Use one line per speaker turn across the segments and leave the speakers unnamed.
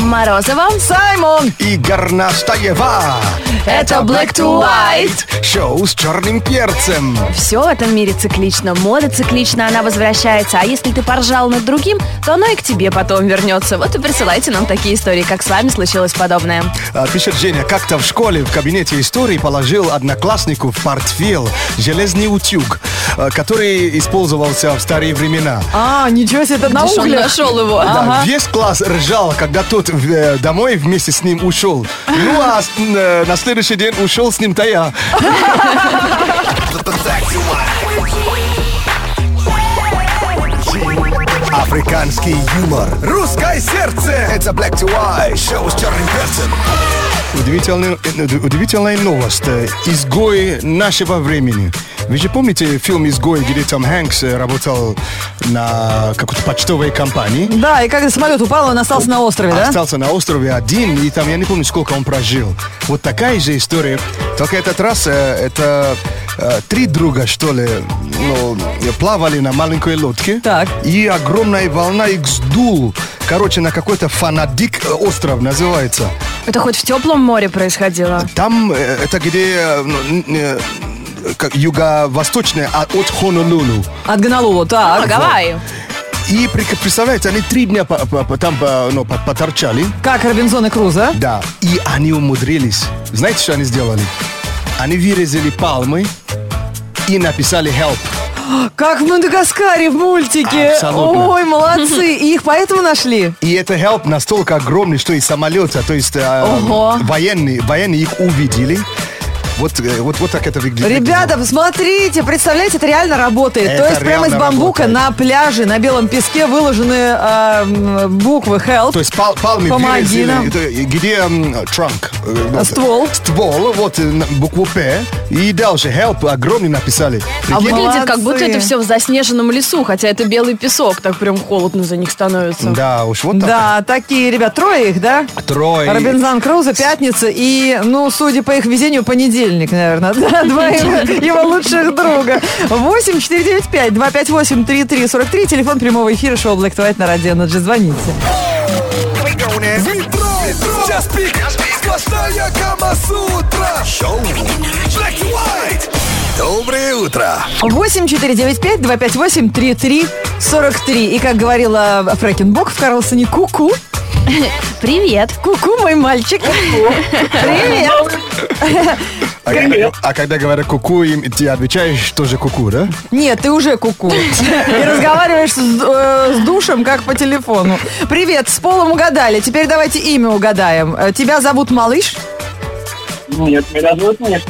Морозова.
Саймон и Горнастаева.
Это Black to White.
Шоу с черным перцем.
Все в этом мире циклично, мода циклична, она возвращается. А если ты поржал над другим, то оно и к тебе потом вернется. Вот и присылайте нам такие истории, как с вами случилось подобное.
А, Пишет Женя, как-то в школе в кабинете истории положил однокласснику в портфель железный утюг, э, который использовался в старые времена.
А, ничего себе, это на
Видишь, он
углях.
нашел его.
Да,
Ага.
весь класс ржал, когда тот э, домой вместе с ним ушел. Ну а с- э, на следующий день ушел с ним-то я. Африканский юмор. Русское сердце. Это Black to White. Шоу с черным перцем. Удивительная, э, удивительная новость. Э, Изгои нашего времени. Вы же помните фильм «Изгой», где Том Хэнкс э, работал на какой-то почтовой компании?
Да, и когда самолет упал, он остался на острове, да?
А Остался на острове один, и там я не помню, сколько он прожил. Вот такая же история. Только этот раз э, это э, три друга, что ли, ну, э, плавали на маленькой лодке.
Так.
И огромная волна их сдул. Короче, на какой-то фанадик э, остров называется.
Это хоть в теплом море происходило?
Там э, это где э, ну, н- э, как юго-восточная а, от Хонолулу.
От Гонолулу,
А,
так.
Гавайи.
И при- представляете, они три дня по- по- по- там по- ну, по- поторчали.
Как Робинзон и Крузо.
Да, и они умудрились. Знаете, что они сделали? Они вырезали палмы и написали help.
Как в Мадагаскаре в мультике.
Абсолютно.
Ой, молодцы. И их поэтому нашли.
И это help настолько огромный, что и самолет, а то есть э,
Ого.
военные, военные их увидели. Вот, э, вот, вот так это выглядит.
Ребята, посмотрите, представляете, это реально работает.
Это
То есть прямо из
реально
бамбука
работает.
на пляже, на белом песке выложены э, м, буквы help.
То есть пал- палмы вырезали,
Помоги нам. А,
это, э, где транк?
Ствол.
ну, Ствол, вот э, на- букву П. И дальше help огромный написали.
А
Прикинь?
выглядит, как будто это
Молодцы.
все в заснеженном лесу, хотя это белый песок, так прям холодно за них становится.
Да, уж вот так.
Да, такие ребят, трое их, да?
Трое.
Робинзон Крузо, пятница и, ну, судя по их везению, понедельник, наверное. Да, два его, его лучших друга. 8 495 258 3343 телефон прямого эфира шоу Black to White на радио Energy. Звоните.
Сейчас пик, сплошная гамма с утра. Шоу Black to White. Доброе утро.
8 495 258 3343 И, как говорила Фрэкенбок в Карлсоне, ку-ку.
Привет.
Ку-ку, мой мальчик. Привет.
А, а- а когда говорят куку, им ты отвечаешь тоже куку, да?
Нет, ты уже куку. И разговариваешь с, э, с душем, как по телефону. Привет, с полом угадали. Теперь давайте имя угадаем. Э, Тебя зовут малыш?
Нет, меня зовут Миш.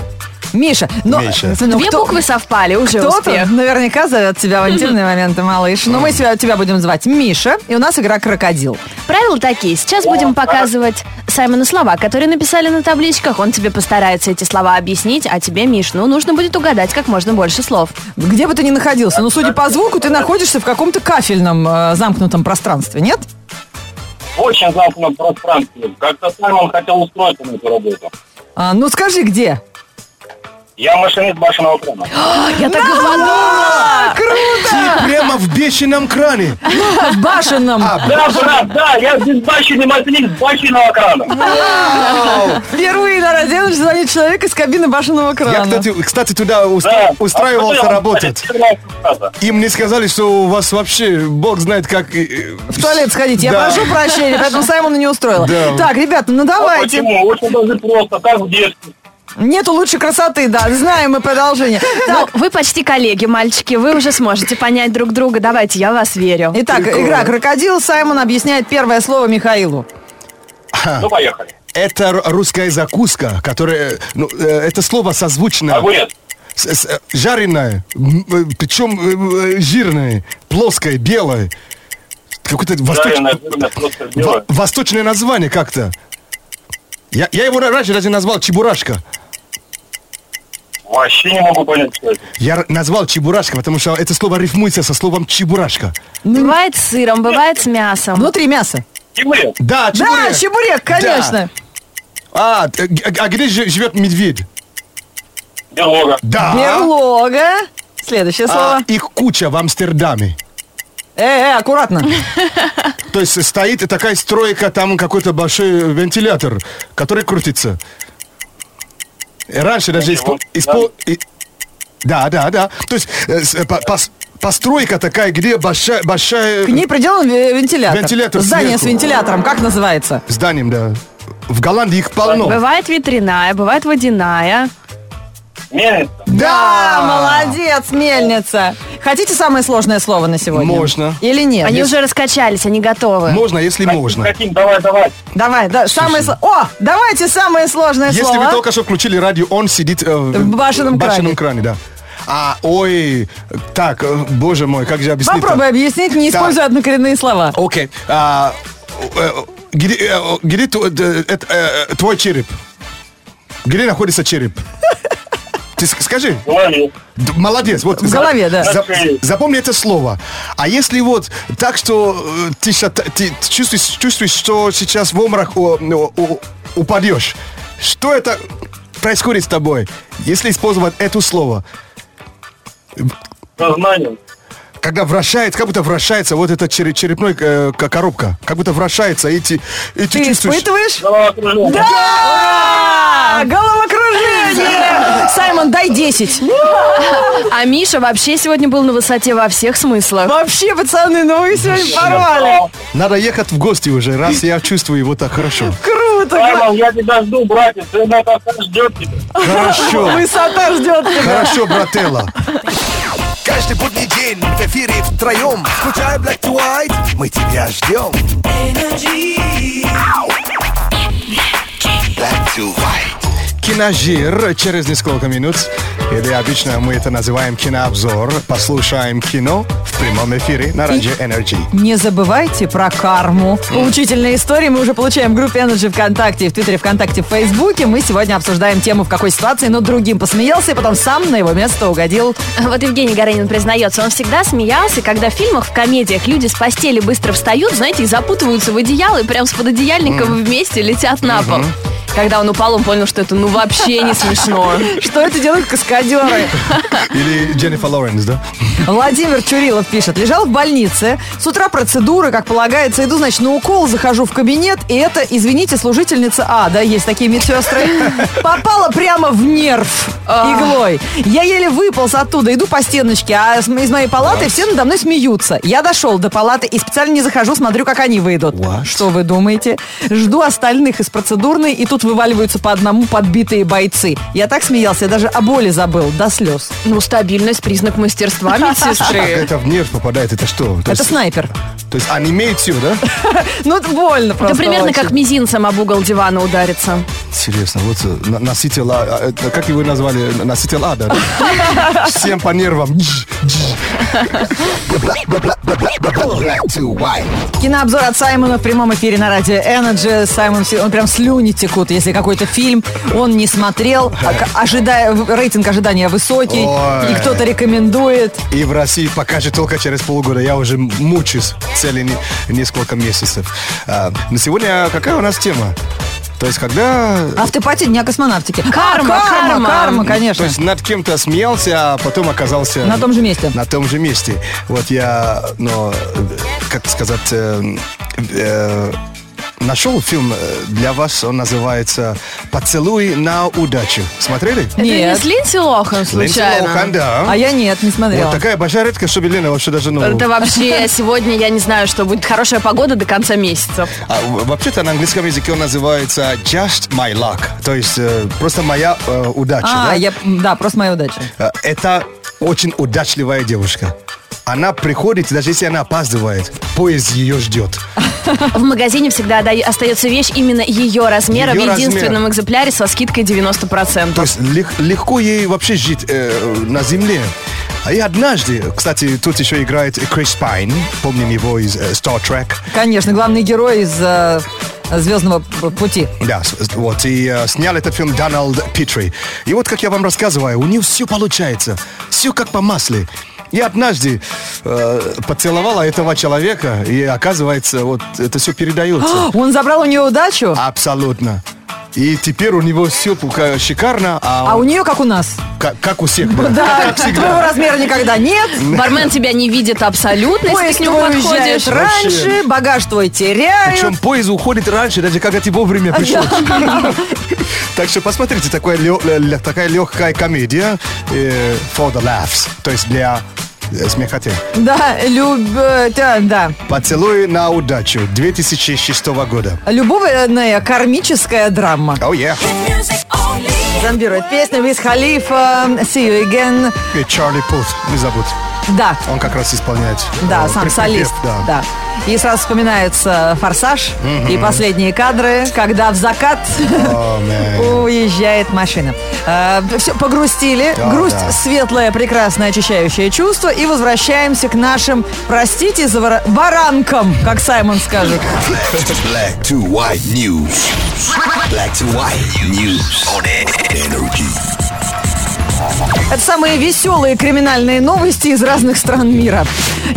Миша. Но,
Миша.
Ну,
Две
кто-
буквы совпали, уже
Кто-то
успех.
наверняка зовет тебя в интимные моменты, малыш. Но мы тебя, тебя будем звать Миша, и у нас игра «Крокодил».
Правила такие. Сейчас будем показывать Саймону слова, которые написали на табличках. Он тебе постарается эти слова объяснить, а тебе, Миш, ну, нужно будет угадать как можно больше слов.
Где бы ты ни находился, но судя по звуку, ты находишься в каком-то кафельном э, замкнутом пространстве, нет?
Очень замкнут пространстве. Как-то Саймон хотел устроиться на эту работу.
А, ну скажи, где?
Я машинист башенного крана.
А, Я так и подумала!
Ну
Прямо в бешеном кране.
В башенном.
Да, брат, да, я здесь башенный мальчик башенного крана.
Впервые на радио звонит человек из кабины башенного крана.
Я, кстати, кстати, туда уст-
Да.
устраивался
А потом,
работать.
кстати, первая фраза.
Им не сказали, что у вас вообще бог знает как... э, э,
в туалет сходить. Я
Да.
прошу прощения, поэтому Саймона не устроила.
Да.
Так, ребята, ну
А
давайте.
Почему? Очень даже просто, как в детстве.
Нету лучшей красоты, да. Знаем мы продолжение.
Ну, вы почти коллеги, мальчики. Вы уже сможете понять друг друга. Давайте, я в вас верю.
Итак, игра «Крокодил». Саймон объясняет первое слово Михаилу.
А.
Ну, поехали.
Это ру- русская закуска, которая... ну, э, это слово
А
созвучно.
Огурец.
С- с- э, Жареное, м, э, причем э, э, жирное, плоское, белое. Какое-то восточ-
Жареное, жирное, просто
во-
сделаю.
восточное название как-то. Я, я его раньше даже назвал чебурашка.
Вообще не могу понять, что это.
Я р- назвал чебурашка, потому что это слово рифмуется со словом чебурашка.
Ну, Бывает с сыром, бывает с мясом.
Внутри мяса.
Тимур,
Да, чебурек.
Да, чебурек, конечно.
А, э, г- а где жи- живет медведь?
берлога.
Да.
Берлога. Следующее
А,
слово.
их куча в Амстердаме.
Э, э, аккуратно.
То есть стоит и такая стройка, там какой-то большой вентилятор, который крутится. И раньше даже испо- испо- и- Да, да, да. То есть э, с- э, по- пос- постройка такая, где большая... большая...
К ней приделан ве- вентилятор.
Вентилятор
Здание
сверху.
с вентилятором, как называется?
Зданием, да. В Голландии их полно.
Бывает ветряная, бывает водяная.
Мельница.
Да, молодец, мельница. Хотите самое сложное слово на сегодня?
Можно.
Или нет?
Они
Без-
уже раскачались, они готовы.
Можно, если можно.
Хотим, давай, давай.
Давай, да, самое сло- О, давайте самое сложное
Если
слово.
вы только что включили радио, он сидит э, в,
В башенном
кране. да. А, ой, так, э, боже мой, как же объяснить?
Попробуй объяснить, не
Да.
используя однокоренные слова.
Окей. А, э, Где э, где тв- э, э, э, твой череп? Где находится череп? Ты ск- скажи.
Говори.
Д- Молодец. Вот, в
голове, да.
запомни это слово. А если вот так, что э, ты, ща- ты чувствуешь, чувствуешь, что сейчас в обморок о, о, о, упадешь, что это происходит с тобой, если использовать это слово?
Сознание.
Когда вращается, как будто вращается вот эта чере- черепной э, к- коробка, как будто вращается, и ты, и ты
Ты
чувствуешь...
испытываешь?
Головокружение.
А.
Да! Головокружение! Саймон, дай 10.
А Миша вообще сегодня был на высоте во всех смыслах.
Вообще, пацаны, ну вы сегодня порвали.
ну, Надо ехать в гости уже, раз я чувствую его так хорошо.
Круто!
Саймон, я тебя жду, братец. Ребята, автор ждет тебя.
Хорошо,
Высота ждет тебя.
хорошо, брателла.
Каждый будний день в эфире втроем. Включай Black to White, мы тебя ждем. Ау! Black to White.
Киножир через несколько минут. Или обычно мы это называем кинообзор. Послушаем кино в прямом эфире на радио Energy.
Не забывайте про карму. Поучительные истории мы уже получаем в группе Energy ВКонтакте, в Твиттере ВКонтакте, в Фейсбуке. Мы сегодня обсуждаем тему, в какой ситуации, но другим посмеялся и потом сам на его место угодил.
Вот Евгений Горенин признается, он всегда смеялся, когда в фильмах, в комедиях люди с постели быстро встают, знаете, и запутываются в одеяло, и прям с пододеяльником вместе летят на пол. Когда он упал, он понял, что это ну вообще не смешно.
Что это делают каскадеры?
Или Дженнифер Лоренс, да?
Владимир Чурилов пишет. Лежал в больнице. С утра процедуры, как полагается. Иду, значит, на укол, захожу в кабинет. И это, извините, служительница А, да, есть такие медсестры. Попала прямо в нерв иглой. Я еле выполз оттуда, иду по стеночке. А с- из моей палаты все надо мной смеются. Я дошел до палаты и специально не захожу, смотрю, как они выйдут.
What?
Что вы думаете? Жду остальных из процедурной, и тут вываливаются по одному подбитые бойцы. Я так смеялся, я даже о боли забыл, до слез.
Ну, стабильность признак мастерства
Как
медсестры.
А, это в нерв попадает, это что? То
Это
есть-
снайпер.
То есть анимеет все, да?
Ну, это больно
Это
просто.
примерно
очень.
как мизинцем об угол дивана удариться.
Интересно, вот э, на- носитель, а, а, это как его назвали? Н- Носитель ада. да? Всем по нервам. Дж, дж.
Black to White.
Кинообзор от Саймона в прямом эфире на радио Energy. Саймон, все- он прям слюни текут, если какой-то фильм он не смотрел, а к- ожидая, в- рейтинг ожидания высокий,
Ой.
и кто-то рекомендует.
И в России покажет только через полгода. Я уже мучаюсь целые не- несколько месяцев. А, Но сегодня какая у нас тема? То есть когда
Автопати дня космонавтики. А,
Карма,
карма,
карма.
карма,
То
конечно.
есть над кем-то смеялся, а потом оказался...
На том же месте.
На том же месте. Вот я, но, э, как сказать, э, э, нашел фильм э, для вас, он называется «Поцелуй на удачу». Смотрели?
Это не
Нет.
с Линдси Лохан,
Линдси Лохан,
случайно?
да.
А я нет, не смотрела.
Вот такая большая редкость, чтобы Лена вообще даже... Ну,
Да вообще, сегодня я не знаю, что будет хорошая погода до конца месяца.
а, в- вообще-то на английском языке он называется «Just my luck», то есть э, просто «моя э, удача».
а,
да?
я, да, просто моя удача.
Э, Это очень удачливая девушка. Она приходит, даже если она опаздывает, поезд ее ждет.
В магазине всегда отда- остается вещь именно ее размера
Ее
в единственном
размер.
экземпляре со скидкой 90%.
То есть лег- легко ей вообще жить э, на земле. А и однажды, кстати, тут еще играет Крис Пайн, помним его из э, Star Trek.
Конечно, главный герой из э, «Звездного п- пути».
Да, с- с- вот, и э, снял этот фильм Дональд Питри. И вот, как я вам рассказываю, у нее все получается, все как по масле. И однажды э, поцеловала этого человека, и оказывается, вот это все передается.
Он забрал у нее удачу?
Абсолютно. И теперь у него все шикарно, а,
А у нее, как у нас.
как, как у всех. Да,
Да,
как всегда.
твоего размера никогда нет.
Бармен тебя не видит абсолютно, если ты
Поезд
к нему
твой
подходишь.
уезжаешь раньше, багаж твой теряют.
Причем поезд уходит раньше, даже когда ты
А
вовремя пришел. Так что посмотрите, такое лё- лё- такая легкая комедия э, for the laughs, то есть для э, смехоты.
Да, люб... э, да, да.
Поцелуй на удачу 2006 года.
Любовная кармическая драма.
Oh yeah.
Зомбирует песня Виз Халифа, See You Again.
И Чарли Пут, не забудь.
Да,
Он как раз исполняет.
да,
э,
сам
припев,
солист.
Да.
Да. И сразу вспоминается «Форсаж» и последние кадры, когда в закат
Oh, man.
уезжает машина. все, погрустили.
Да,
Грусть
да.
светлое, прекрасное, очищающее чувство. И возвращаемся к нашим, простите, за вора- баранкам, как Саймон скажет.
Black to white news. Black to white news on energy.
Это самые веселые криминальные новости из разных стран мира.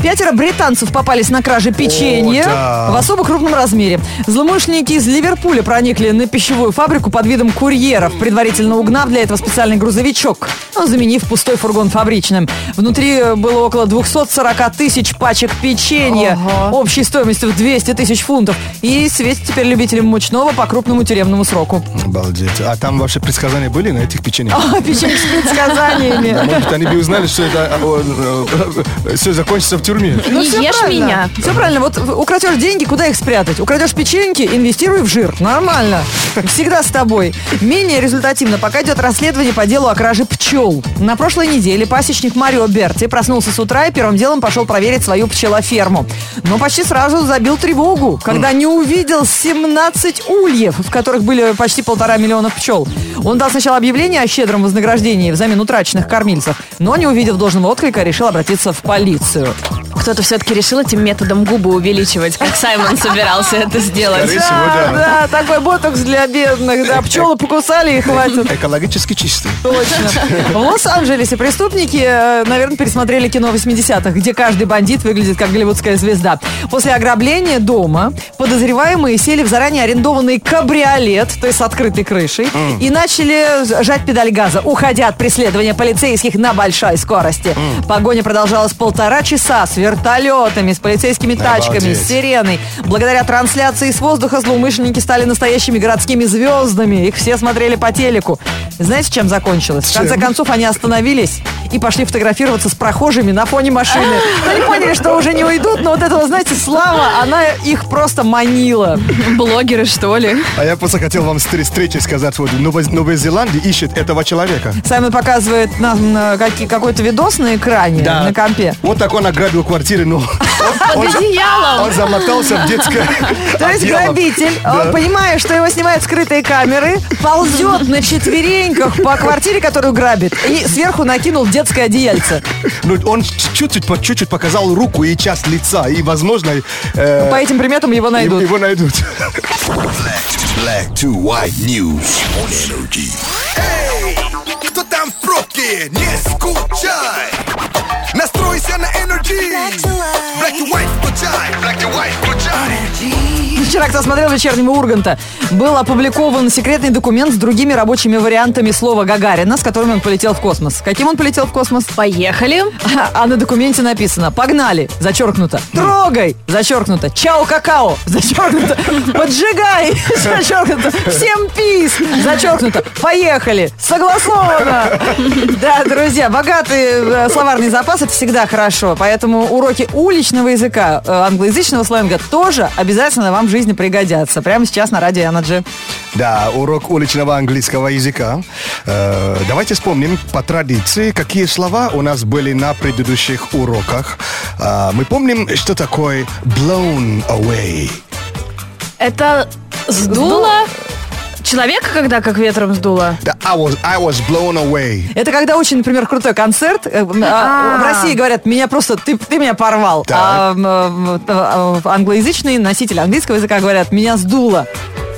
Пятеро британцев попались на краже печенья
О, да.
в особо крупном размере. Злоумышленники из Ливерпуля проникли на пищевую фабрику под видом курьеров, предварительно угнав для этого специальный грузовичок, ну, заменив пустой фургон фабричным. Внутри э, было около 240 тысяч пачек печенья общей стоимостью в 200 тысяч фунтов. И светит теперь любителям мучного по крупному тюремному сроку.
Обалдеть. А там вообще предсказания были на этих печеньях?
Печенье с предсказаниями.
Может, они бы узнали, что э, это все э, закончится в тюрьме.
Ну,
Не
всё
ешь
правильно.
меня.
Все правильно. Вот в- украдешь деньги, куда их спрятать? Украдешь печеньки, инвестируй в жир. Нормально. Всегда с тобой. Менее результативно пока идет расследование по делу о краже пчел. На прошлой неделе пасечник Марио Берти проснулся с утра и первым делом пошел проверить свою пчелоферму. Но почти сразу забил тревогу, когда не увидел 17 ульев, в которых были почти полтора миллиона пчел. Он дал сначала объявление о щедром вознаграждении взамен утраченных кормильцев, но не увидев должного отклика, решил обратиться в полицию.
Кто-то все-таки решил этим методом губы увеличивать, как Саймон собирался это сделать.
Скорее всего, да.
Да, такой ботокс для бедных, да. Пчелы покусали и хватит.
Экологически чистый.
Точно. В Лос-Анджелесе преступники, э, наверное, пересмотрели кино 80-х, где каждый бандит выглядит как голливудская звезда. После ограбления дома подозреваемые сели в заранее арендованный кабриолет, то есть с открытой крышей, и начали жать педаль газа, уходя от преследования полицейских на большой скорости. Погоня продолжалась полтора часа с вертолетами, с полицейскими тачками,
Обалдеть.
с сиреной. Благодаря трансляции с воздуха злоумышленники стали настоящими городскими звездами. Их все смотрели по телеку. Знаете, чем закончилось? В конце концов, они остановились и пошли фотографироваться с прохожими на фоне машины. Они поняли, что уже не уйдут, но вот этого, знаете, слава, она их просто манила.
Блогеры, что ли?
А я просто хотел вам с три- встречи сказать, вот Новая, Новая Зеландия ищет этого человека.
Саймон показывает нам э, какие- какой-то видос на экране, на компе.
Вот так он ограбил квартиру, но он, он-
одеялом.
он замотался в детское
То есть
одеяло.
грабитель,
Да.
э, понимая, что его снимают скрытые камеры, ползет на четвереньках по квартире, которую грабит, и сверху накинул детское одеяльце.
Ну, он чуть-чуть, по- чуть-чуть показал руку и часть лица, и, возможно, э,
По этим приметам его
его,
Ну, найдут.
его найдут.
Black to white news on energy.
Эй, кто там в пробке? Не скучай! Настройся на энергии! Black to white включай! Black to white включай!
Вчера, кто смотрел «Вечернего Урганта», был опубликован секретный документ с другими рабочими вариантами слова Гагарина, с которыми он полетел в космос. Каким он полетел в космос?
Поехали.
А на документе написано «Погнали!» Зачеркнуто. «Трогай!» Зачеркнуто. «Чао-какао!» Зачеркнуто. «Поджигай!» Зачеркнуто. «Всем пис!» Зачеркнуто. «Поехали!» Согласовано! Да, друзья, богатый э, словарный запас – это всегда хорошо. Поэтому уроки уличного языка, э, англоязычного сленга тоже обязательно вам в жизни пригодятся. Прямо сейчас на радио Energy.
Да, урок уличного английского языка. Э, давайте вспомним по традиции, какие слова у нас были на предыдущих уроках. Э, мы помним, что такое blown away.
Это сдуло человека, когда как ветром сдуло.
Да, I was, I was blown away.
Это когда очень, например, крутой концерт. э, а,
А.
В России говорят, меня просто, ты, ты меня порвал.
Так.
А м, э, м, э, а, англоязычные носители английского языка говорят, меня сдуло.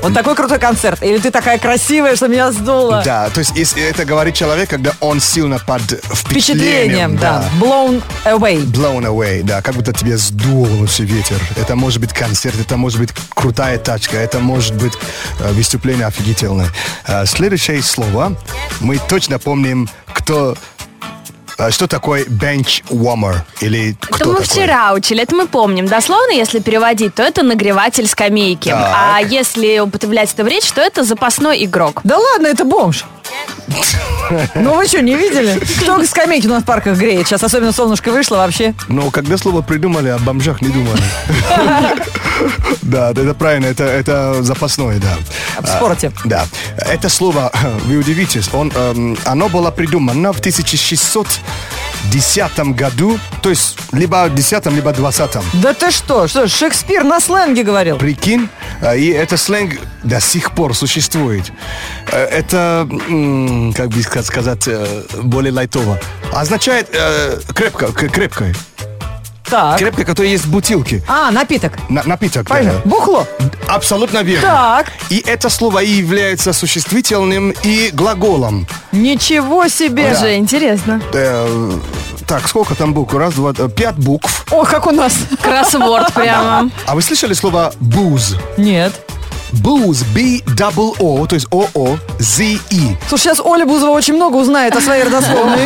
Вот такой крутой концерт. Или ты такая красивая, что меня сдуло.
Да, то есть если это говорит человек, когда он сильно под впечатлением.
Впечатлением, да. Blown away.
Blown away, да, как будто тебе сдул вообще ветер. Это может быть концерт, это может быть крутая тачка, это может быть э, выступление офигительное. Э, следующее слово. Мы точно помним, кто... э, что такое bench warmer? Или кто
Это мы
такой?
вчера учили, это мы помним. Дословно, если переводить, то это нагреватель скамейки.
Так.
А если употреблять это в речь, то это запасной игрок.
Да ладно, это бомж. Ну вы что, не видели? Кто скамейки у нас в парках греет сейчас? Особенно солнышко вышло вообще.
Но Ну, когда слово придумали, о бомжах не думали. Да, это правильно, это, это запасное, да.
В спорте.
А, Да. Это слово, вы удивитесь, он, эм, оно было придумано в 1610 году, то есть либо в 10 либо 20
Да ты что? Что, Шекспир на сленге говорил?
Прикинь, а, и это сленг до сих пор существует. Э, Это, м, как бы ска- сказать, э, более лайтово. Означает э, крепко, к- крепкое.
Так.
Крепкое, которое есть в бутылке.
А, напиток.
На- напиток. да.
Правильно. Бухло.
Абсолютно верно.
Так.
И это слово и является существительным и глаголом.
Ничего себе.
Уже интересно.
Э, так, сколько там букв? Раз, два, э, пять букв.
Ох, как у нас.
Кроссворд прямо.
А вы слышали слово «буз»?
Нет.
«Буз» – B-O-O, то есть O-O-Z-E.
Слушай, сейчас Оля Бузова очень много узнает о своей родословной.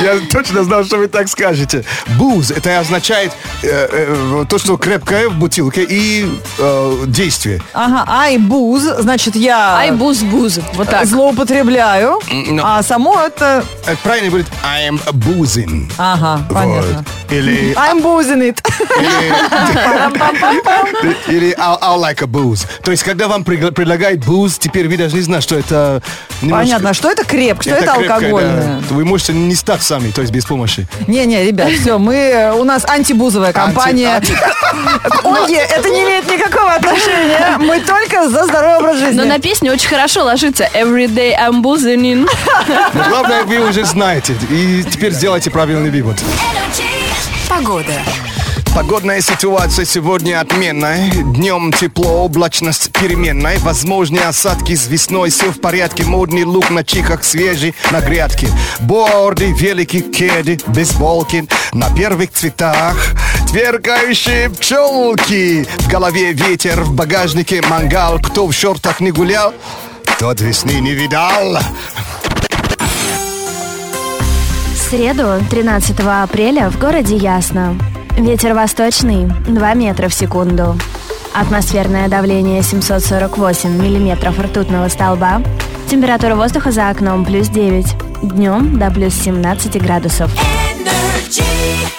Я точно знал, что вы так скажете. «Буз» – это означает э, э, то, что крепкое в бутылке и э, действие.
Ага, айбуз, значит, я
Ай, буз-буз. Вот так.
злоупотребляю,
ну.
а само это...
Э, правильно говорит «I am boozing».
Ага, понятно.
Вот. Или
I'm boozing it.
э, Или I'll, I'll like a booze. То есть, когда вам пригла- предлагают booze, теперь вы даже не знаете, что это... немножко-
Понятно, а что это крепко, что это,
крепкое,
алкогольное.
да. Вы можете не стать сами, то есть без помощи.
Не-не, ребят, все, мы, э, у нас антибузовая компания.
Анти-
Ольге это не имеет никакого отношения. Мы только за здоровый образ
Но на
жизни.
песню очень хорошо ложится Everyday I'm boozing.
Но главное, вы уже знаете. И теперь сделайте правильный вывод.
Погода.
Погодная ситуация сегодня отменная. Днем тепло, облачность переменная. Возможные осадки с весной. Все в порядке. Модный лук на чихах свежий на грядке. Борды, велики, кеды, бейсболки. На первых цветах тверкающие пчелки. В голове ветер, в багажнике мангал. Кто в шортах не гулял, тот весны не видал.
В среду, 13 апреля, в городе ясно. Ветер восточный, 2 метра в секунду. Атмосферное давление 748 миллиметров ртутного столба. Температура воздуха за окном плюс 9. Днем до плюс 17 градусов.
Energy.